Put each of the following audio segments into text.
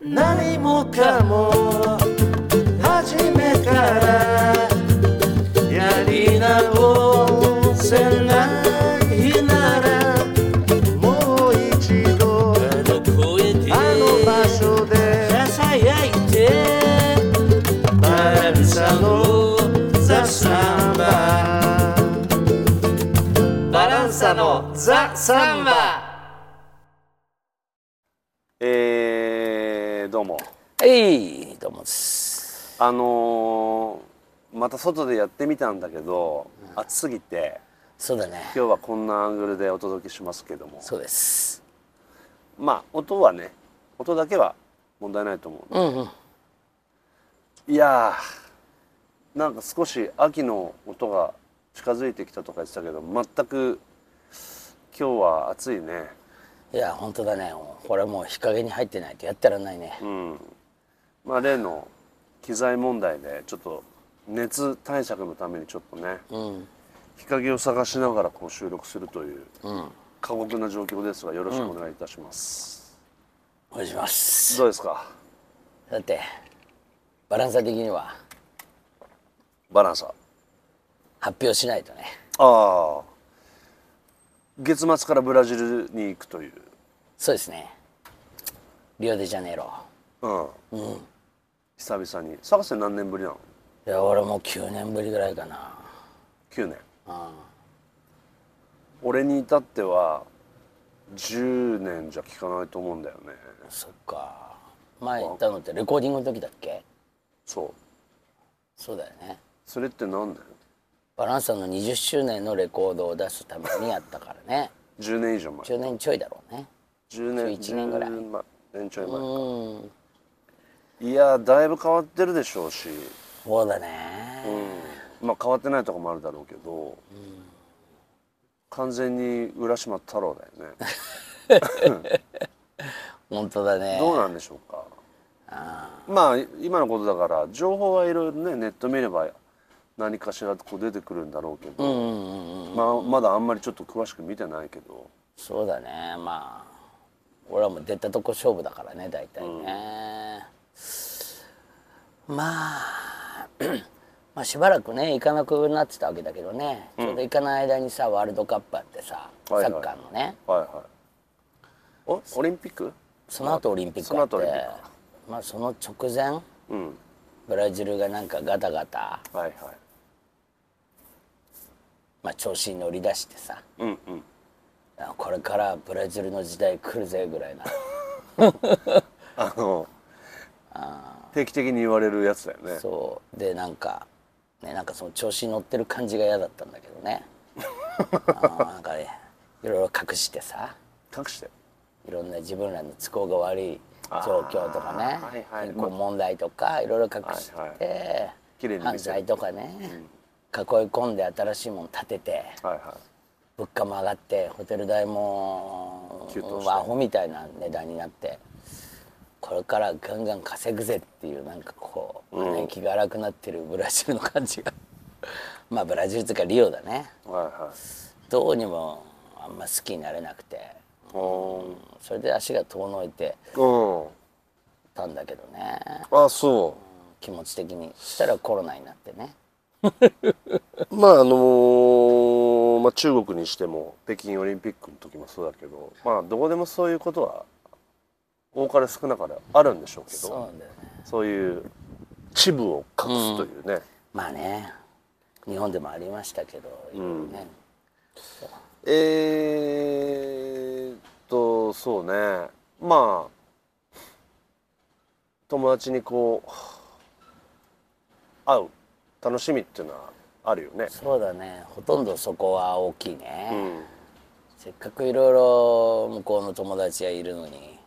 何もかも初めからやり直せないならもう一度あの声であの場所でささやいてバランサのザ・サンババランサのザ・サンバえー、どうもはいどうもですあのー、また外でやってみたんだけど、暑すぎてそうだね今日はこんなアングルでお届けしますけどもそうですまあ音はね音だけは問題ないと思 Mm-hmm. うんうんういやーなんか少し秋の音が近づいてきたとか言ってたけど全く今日は暑いねいや本当だねこれはもう日陰に入ってないとやってらんないね、うんまあ例の機材問題でちょっと熱対策のためにちょっとね、日陰を探しながらこう収録するという、過酷な状況ですがよろしくお願いいたします、お願いしますどうですかだってバランサ的にはバランサー発表しないとねああ月末からブラジルに行くというそうですねリオデジャネイロうん、久々に探せ何年ぶりなのいや俺もう9年ぶりぐらいかな9年俺に至っては10年じゃ聞かないと思うんだよねそっか前行ったのってレコーディングの時だっけそうそうだよねそれってなんだよバランサの20周年のレコードを出すためにやったからね10年以上前10年ちょいだろうね10年11年ぐらい10年ちょい前かいやだいぶ変わってるでしょうし、そうだね、まあ変わってないとこもあるだろうけど、完全に浦島太郎だよ ね本当だねどうなんでしょうかまあ今のことだから情報はいろいろねネット見れば何かしらこう出てくるんだろうけど、まあ、まだあんまりちょっと詳しく見てないけどそうだねまあ俺はもう出たとこ勝負だからね大体ね、まあ まあしばらくね行かなくなってたわけだけどね、ちょうど行かない間にさワールドカップあってさ、はいはいサッカーのねはいはいおオリンピックその後オリンピッそクのあって後オリンピックまあその直前うんブラジルがなんかガタガタ、はいはいまあ、調子に乗り出してさうんうんあこれからブラジルの時代来るぜぐらいなあの定期的に言われるやつだよねそうでなんかねなんかその調子に乗ってる感じが嫌だったんだけどねあーなんかねいろいろ隠してさ隠していろんな自分らの都合が悪い状況とかあねーはいはい貧困問題とかいろいろ隠して、はい綺麗に見せる犯罪とかね、囲い込んで新しいもの建ててはいは物価も上がってホテル代も急騰してアホみたいな値段になってこれからガンガン稼ぐぜっていうなんかこう、ね気が荒くなってるブラジルの感じが まあブラジルっていうかリオだねいはいはいどうにもあんま好きになれなくておそれで足が遠のいてうんたんだけどねあそ気持ち的にそしたらコロナになってねうまああのーまあ、中国にしても北京オリンピックの時もそうだけどまあどこでもそういうことは多かれ少なかれあるんでしょうけどそうなんだよねそういう秩父を隠すというね、まあね日本でもありましたけど、いろいろねえーっとそうねまあ友達にこう会う楽しみっていうのはあるよねそうだねほとんどそこは大きいね、うんせっかくいろいろ向こうの友達がいるのに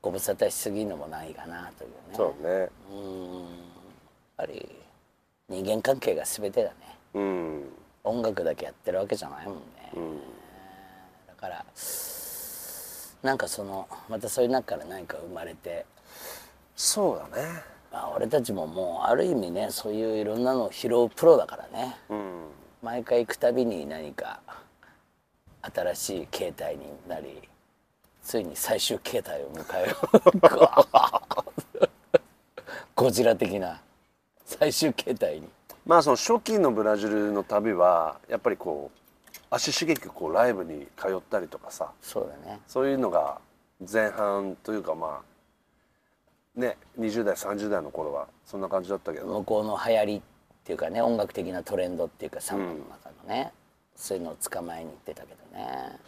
ご無沙汰しすぎるのもないかなというねそうねうんやっぱり人間関係が全てだねうん音楽だけやってるわけじゃないもんね、だからなんかそのまたそういう中から何か生まれて、そうだねまあ、俺たちももうある意味ねそういういろんなのを拾うプロだからね、うん毎回行くたびに何か新しい形態になりついに最終形態を迎えよう ゴジラ的な最終形態にまあその初期のブラジルの旅はやっぱりこう足しげくこうライブに通ったりとかさそうだねそういうのが前半というかまあね20代30代の頃はそんな感じだったけど向こうの流行りっていうかね音楽的なトレンドっていうかサンバの中のね、そういうのを捕まえに行ってたけどね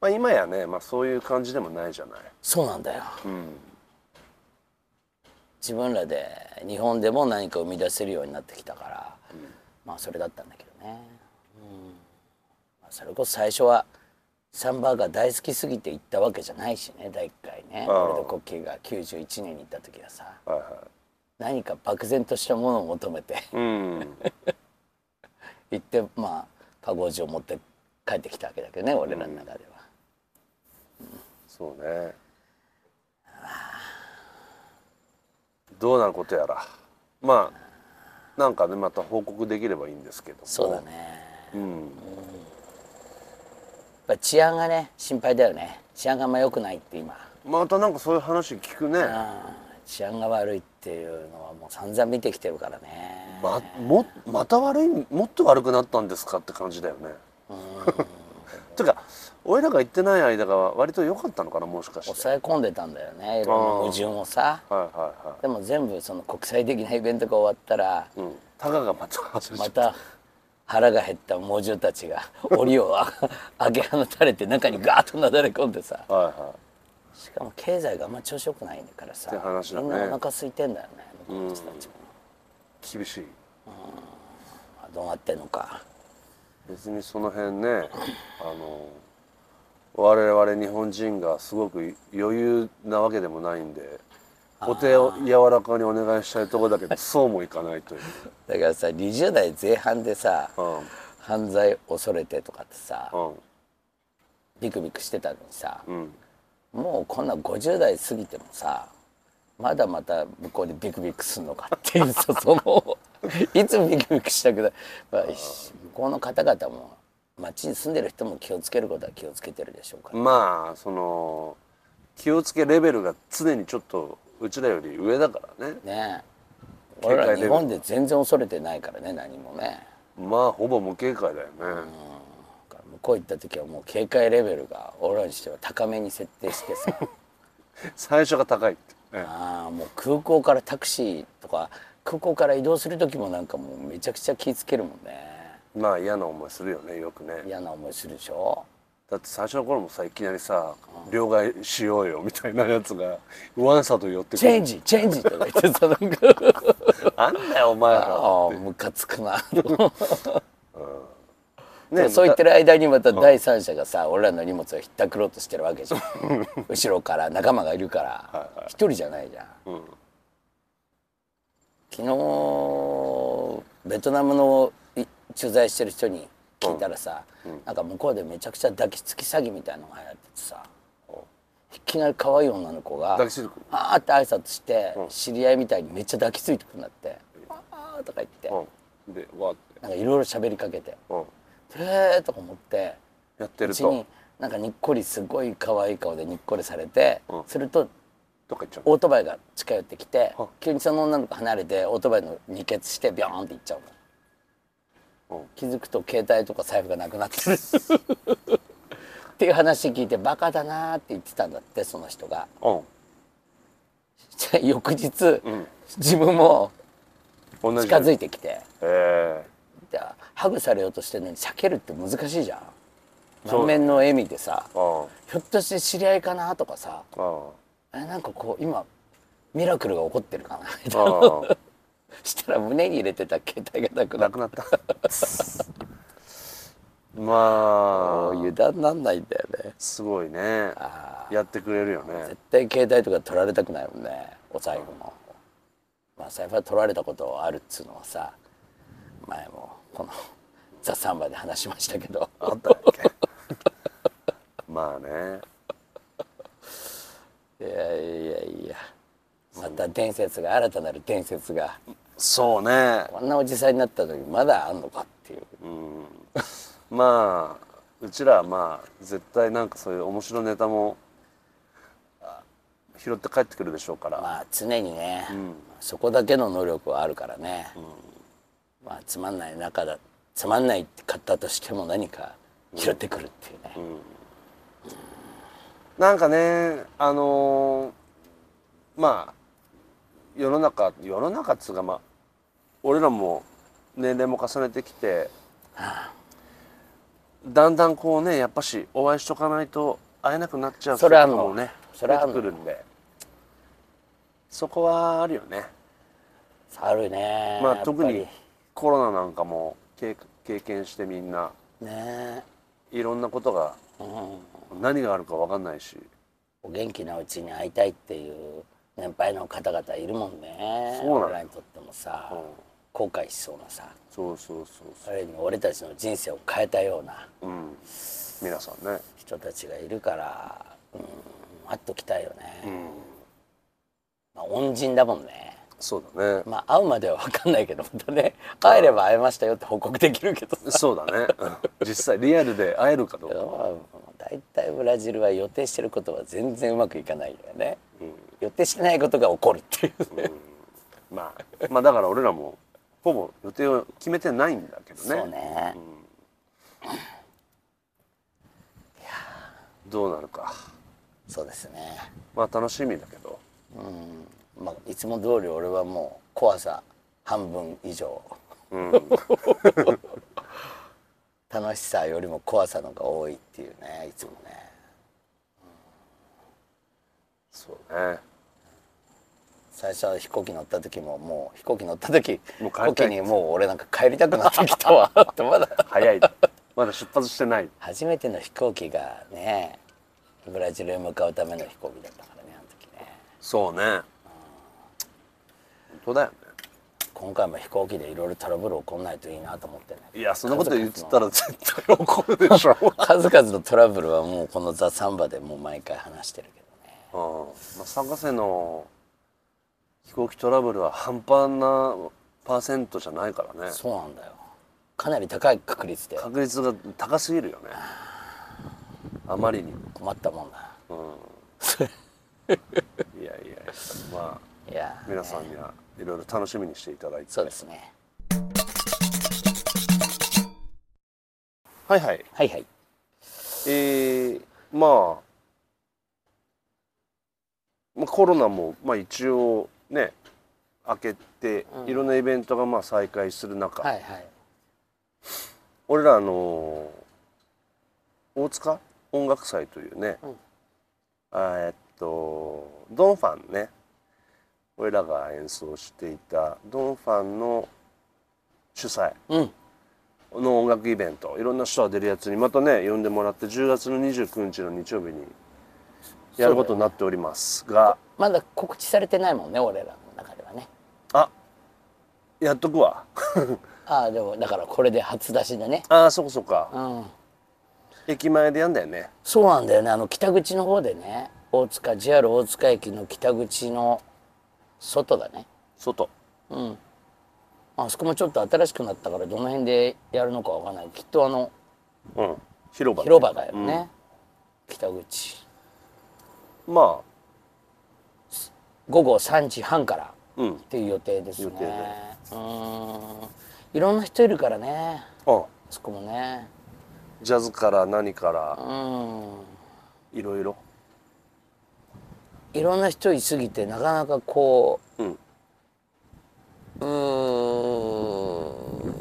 まあ、今やね、まあ、そういう感じでもないじゃないそうなんだよ、自分らで日本でも何か生み出せるようになってきたから、まあそれだったんだけどね、うんまあ、それこそ最初はサンバーが大好きすぎて行ったわけじゃないしね第1回ねああ俺とコッキーが91年に行った時はさはいは何か漠然としたものを求めていうん行ってまあパゴージを持って帰ってきたわけだけどね俺らの中では、そうねどうなることやらまあなんかねまた報告できればいいんですけどもそうだねうんやっぱ治安がね心配だよね治安があんま良くないって今またなんかそういう話聞くね治安が悪いっていうのはもう散々見てきてるからねまもまた悪いもっと悪くなったんですかって感じだよね てか俺らが行ってない間が割と良かったのかなもしかして抑え込んでたんだよねいろんな矛盾をさはいはいはいでも全部その国際的なイベントが終わったらうんたかがまた外れちゃまった腹が減った猛獣たちが檻をあ 開け放たれて中にガーッとなだれ込んでさたはいはいしかも経済があんま調子よくないんだからさって話だねみんなお腹空いてんだよね向こうの人たちも、厳しいまあどうなってんのか別にその辺ねあの我々日本人がすごく余裕なわけでもないんでお手を柔らかにお願いしたいところだ けどそうもいかないという、だからさ20代前半でさうんうん犯罪恐れてとかってさビクビクしてたのにさ、うん、もうこんな50代過ぎてもさまだまた向こうにビクビクすんのかってい うさそのいつビクビクしたくない、まあ、し向こうの方々も町に住んでる人も気をつけることは気をつけてるでしょうから、まあその気をつけレベルが常にちょっとうちらより上だからねねえ警戒レベル俺ら日本で全然恐れてないからね何もねまあほぼ無警戒だよね、だから向こう行った時はもう警戒レベルが俺らにしては高めに設定してさ最初が高いって、えああもう空港からタクシーとか空港から移動する時もなんかもうめちゃくちゃ気ぃつけるもんねえまあ嫌な思いするよねよくね嫌な思いするでしょだって最初の頃もさいきなりさ「両替しようよ」みたいなやつがワンサと寄ってチェンジチェンジとか言ってさなんかあんだよお前らああムカつく なとねそう言ってる間にまた第三者がさ俺らの荷物をひったくろうとしてるわけじゃん後ろから仲間がいるから一人じゃないじゃんうん昨日ベトナムのい駐在してる人に聞いたらさ、なんか向こうでめちゃくちゃ抱きつき詐欺みたいなのが流行っててさいきなり可愛い女の子が抱きついてくるあーって挨拶して、知り合いみたいにめっちゃ抱きついてくんだって「あー」とか言って、うんでわーって、なんかいろいろ喋りかけてうん、 「えー」とか思ってやってうるちとになんかにっこりすごい可愛い顔でにっこりされて、するととか言っちゃうオートバイが近寄ってきて急にその女の子離れてオートバイの二欠してビョーンって行っちゃうの、うん気づくと携帯とか財布がなくなってるっていう話聞いてバカだなーって言ってたんだってその人が じゃあ翌日、自分もうん同じ近づいいてきてえでハグされようとしてるのに避けるって難しいじゃん満面の笑みでさえうんひょっとして知り合いかなとかさうんえなんかこう今ミラクルが起こってるかなみたいなうんしたら胸に入れてた携帯がなくななっくなった まもうあ油断なんないんだよねすごいねやってくれるよね絶対携帯とか取られたくないもんねお財布も、まあ財布は取られたことあるっつうのはさ前もこの 「ザ・サンバ」で話しましたけどあったっけまあねいやいやいやまた伝説が新たなる伝説がそうねこんなおじさんになったのにまだあんのかっていうまあうちらはまあ絶対なんかそういう面白いネタもあ拾って帰ってくるでしょうから、まあ常にね、そこだけの能力はあるからね、まあつまんない中だつまんないって買ったとしても何か拾ってくるっていうね、なんかねあのーまあ世の中世の中っつうかまあ俺らも年齢も重ねてきてだんだんこうねやっぱしお会いしとかないと会えなくなっちゃうそれはあんのもねそれはあん出のてくるんでそこはあるよねあるねまあやっぱり特にコロナなんかも経経験してみんなねいろんなことが何があるかわかんないしお元気なうちに会いたいっていう年配の方々いるもんねそうなの俺らにとってもさ、うん後悔しそうなさそうそうそうそある意味俺たちの人生を変えたようなううん皆さんね人たちがいるから、うん、会っときたいよね、まあ、恩人だもんねそうだねまあ会うまでは分かんないけどまたね会えれば会えましたよって報告できるけどさそうだねうん実際リアルで会えるかどうか大体ブラジルは予定してることは全然うまくいかないよね、予定してないことが起こるっていうね、まあまあだから俺らもほぼ予定を決めてないんだけどねそうね、どうなるかそうですねまあ楽しみだけどまあいつも通り俺はもう怖さ半分以上、 楽しさよりも怖さの方が多いっていうねいつもねそうね最初は飛行機乗った時ももう飛行機乗った時もう帰飛りたい行機にもう俺なんか帰りたくなってきたわ ってまだ早いまだ出発してない初めての飛行機がねブラジルへ向かうための飛行機だったからねあの時ねそうね本当だよね今回も飛行機でいろいろトラブル起こんないといいなと思ってねいやそんなこと言ってたら絶対怒るでしょうん数々のトラブルはもうこの「ザ・サンバ」でもう毎回話してるけどねまあ博士の飛行機トラブルは半端なパーセントじゃないからねそうなんだよかなり高い確率で確率が高すぎるよねあまりに困ったもんだいやいやまあいや皆さんにはいろいろ楽しみにしていただいてそうですねはいはいはいはいえー、まあ、まあ、コロナもまあ一応ね明けていろんなイベントがまあ再開する中、はいはい俺らあのー大塚音楽祭というね、あーえっとドンファンね俺らが演奏していたドンファンの主催うんの音楽イベントいろんな人が出るやつにまたね呼んでもらって10月の29日の日曜日にやることになっておりますが、まだ告知されてないもんね俺らの中ではねあやっとくわああでもだからこれで初出しでねああそうかそうかうん駅前でやんだよねそうなんだよねあの北口の方でね大塚 JR 大塚駅の北口の外だね外あそこもちょっと新しくなったからどの辺でやるのかわかんないきっとあのうん広場広場だよね、北口ま午後3時半からあうんっていう予定です予定でねうーんいろんな人いるからねうんあそこもねジャズから何からうんいろいろいろんな人いすぎてなかなかこううんうーん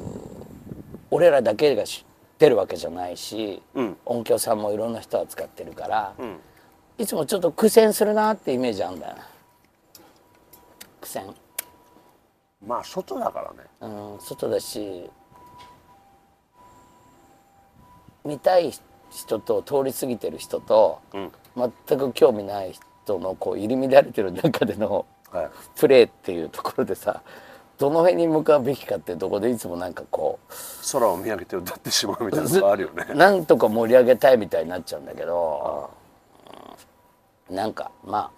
俺らだけが知ってるわけじゃないし、うん音響さんもいろんな人扱ってるから、んいつもちょっと苦戦するなってイメージあんだよな苦戦まあ外だからねうん外だし見たい人と通り過ぎてる人と、全く興味ない人のこう入り乱れてる中でのはいプレーっていうところでさどの辺に向かうべきかっていうところでいつもなんかこ空を見上げて歌ってしまうみたいなのがあるよ ねうなんとか盛り上げたいみたいになっちゃうんだけど、うんなんかまあ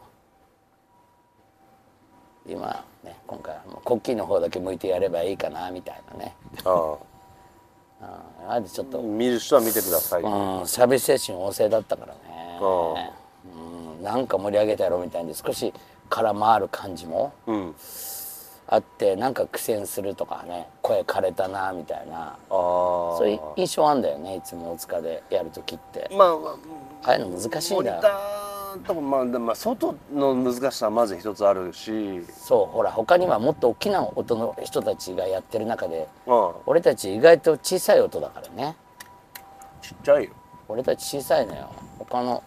今ね今回はもう国旗の方だけ向いてやればいいかなみたいなねあうんあれちょっとあ見る人は見てください、うん、サービス精神旺盛だったからねあ、うん、なんか盛り上げたやろみたいで少し空回る感じもうんあってなんか苦戦するとかね声枯れたなみたいなああそういう印象あんだよねいつも大塚でやる時ってまあああいうの難しいんモニだタよーとかまあでもまあ外の難しさはまず一つあるしうんそうほら他にはもっと大きな音の人たちがやってる中でち俺たち意外と小さい音だからねっちゃいよ俺たち小さいのよ他の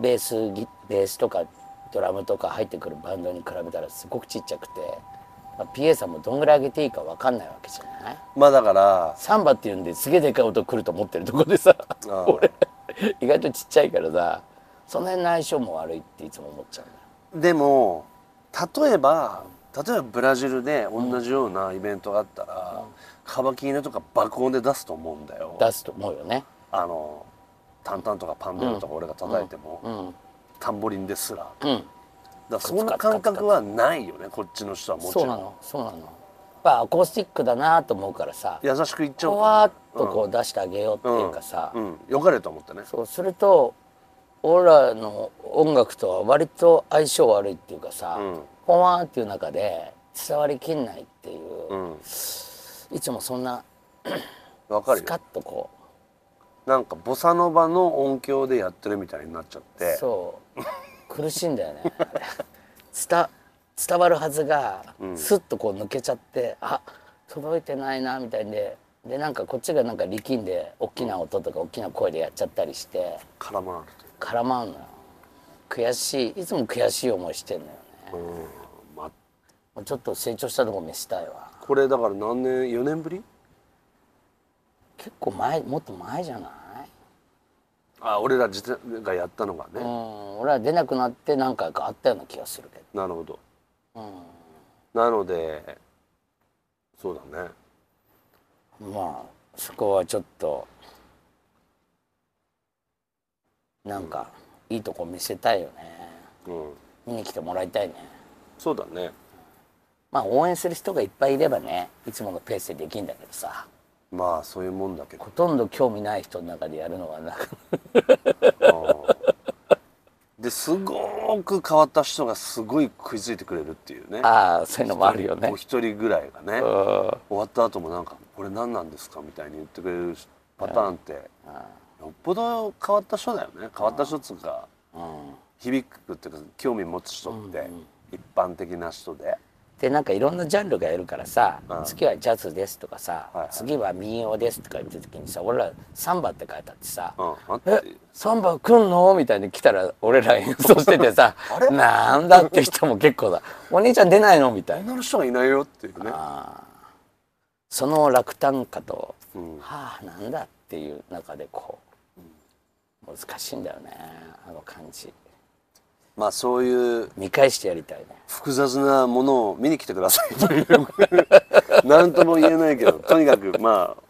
ベースギベースとかドラムとか入ってくるバンドに比べたらすごくちっちゃくて、まあ、PA さんもどんぐらい上げていいか分かんないわけじゃないまあだからサンバっていうんですげえでかい音来ると思ってるとこでさあー 俺意外とちっちゃいからさその辺の相性も悪いっていつも思っちゃうんだよでも例えば例えばブラジルで同じようなイベントがあったら、カバキーナとか爆音で出すと思うんだよ出すと思うよねあのタンタンとかパンデルとか俺が叩いても、うんタンボリンですらだかうんらそんな感覚はないよねこっちの人はもちそうなろんのそうなのやっぱアコースティックだなと思うからさ優しく言っちゃうふとわーっとこう出してあげようっていうかさ、うんうんよかれと思ってねそうすると俺らの音楽とは割と相性悪いっていうかさ、うんポワーンっていう中で伝わりきんないっていうう、んいつもそんなわかるスよカッとこなんかボサノバの音響でやってるみたいになっちゃっう、てそう苦しいんだよねあれ 伝伝わるはずがスッとこう抜けちゃって、あ届いてないなみたいででなんかこっちがなんか力んで大きな音とか大きな声でやっちゃったりして絡まる絡まんのよ悔しいいつも悔しい思いしてんのよねという、うんまあ、もうちょっと成長したとこ見せたいわこれだから何年4年ぶり結構前もっと前じゃないあ俺ら自体がやったのがうね、ん俺は出なくなって何回かあったような気がするけどなるほど、なのでそうだねまあそこはちょっとなんかいいとこ見せたいよねうん見に来てもらいたいねそうだねまあ応援する人がいっぱいいればねいつものペースでできんだけどさまあそういうもんだけどほとんど興味ない人の中でやるのはなんかうんですごく変わった人がすごい食いついてくれるっていうねああそういうのもあるよねお一人ぐらいがね終わった後もなんか「これ何なんですか?」みたいに言ってくれるパターンってよっぽど変わった人だよね変わった人っつうか響くっていうか興味持つ人って一般的な人ででなんかいろんなジャンルがやるからさ、うん次はジャズですとかさ、はいはい次は民謡ですとか言った時にさ俺らサンバって書いてあってさ「うんあってえサンバ来んの?」みたいに来たら俺ら演奏して てさ「なんだ?」って人も結構だ「お兄ちゃん出ないの?」みたいな女の人がいないよっていうねその落胆歌と「んはあなんだ?」っていう中でこう難しいんだよねあの感じまあそういう見返してやりたいね複雑なものを見に来てくださいという なんとも言えないけどとにかくまあ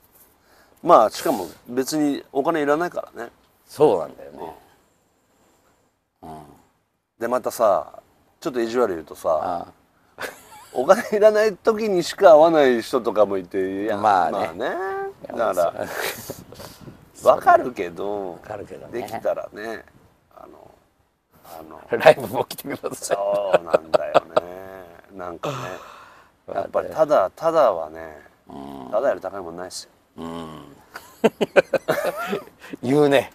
まあしかも別にお金いらないからねそうなんだよねでまたさちょっと意地悪言うとさあお金いらない時にしか会わない人とかもいていやままああねね,、だからわかるけどわかるけどねできたらねあのあのライブも来てくださいそうなんだよねなんかねやっぱりただただはねただより高いもんないっすよ言うね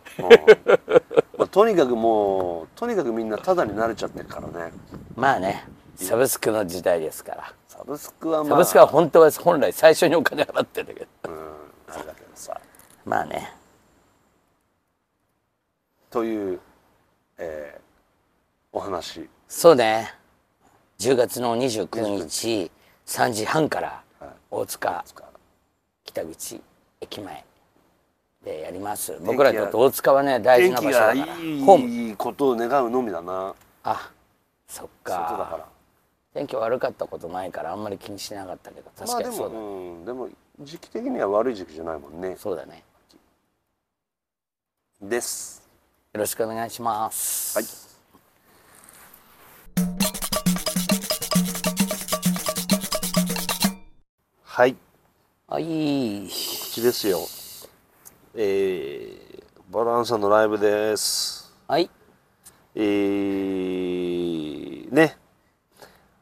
まあ、とにかくもうとにかくみんなタダに慣れちゃってるからねまあねサブスクの時代ですからサブスクはまあサブスクは本当は本来最初にお金払ってんだけどうんあれだけどさまあねという、えーお話そうね10月の29日3時半から大塚ですから北口駅前でやります僕らにとって大塚はね大天事な気場所だがからホームいいことを願うのみだなあそっ外だかか天気悪かったことないからあんまり気にしてなかったけどら確かにまあでもそうだ、ねうんでも時期的には悪い時期じゃないもんねそうだねですよろしくお願いしますはいはいはい告知ですよえー、バランさんのライブですはいえーね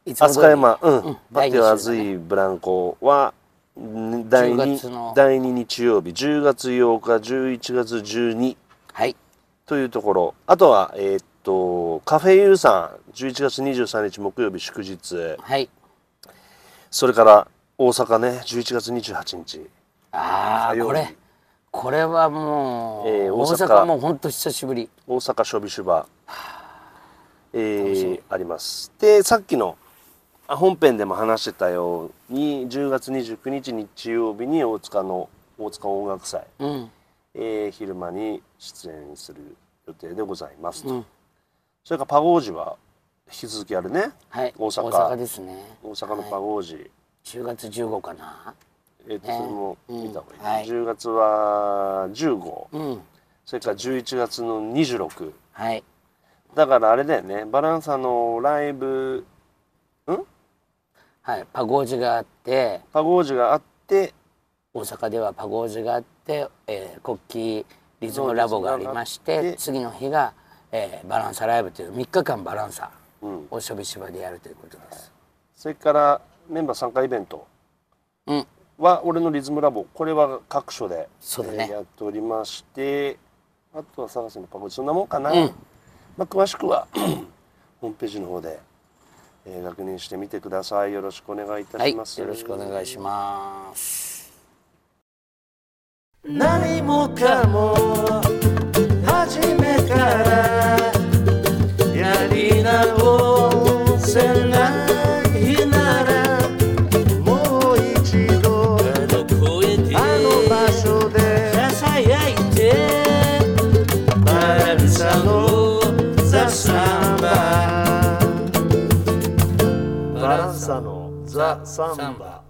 いつも通飛り鳥山、うん、バ第テ二週オだねアズイブランコはん第10月2の第2日曜日10月8日11月12はいというところあとはえーっとカフェユーさん11月23日木曜日祝日はいそれから大阪ね11月28日、あ火あ曜日これこれはもう、えー大大阪阪もうほんと久しぶり大阪ショビシュバ、え楽しーみ、ありますでさっきのあ本編でも話してたように10月29日日曜日に大塚の大塚音楽祭、うんえー昼間に出演する予定でございますと、うんそれからパゴージは引き続きあるねはい大阪ですね大阪のパゴージ、 10月15かなえーとそれも見た方うんがはいい、い10月は15、うんそれから11月の26はいだからあれだよねバランサのライブはいパゴージがあってパゴージがあって大阪ではパゴージがあって、えー、国旗リズムラボがありましリズムラボがあってて次の日が、えーバランサライブという3日間バランサうんをしょびしばでやるということです。それからメンバー参加イベントうん、は俺のリズムラボこれは各所でそうだねえーやっておりましてあとは探せのパゴジそんなもんかな、うんまあ、詳しくはホームページの方で、えー確認してみてくださいよろしくお願いいたはい、しよます、ろしくお願いします。何もかも初めからやり直せないならもう一度あの場所でささやいてバランサのザ・サンババランサのザ・サンバ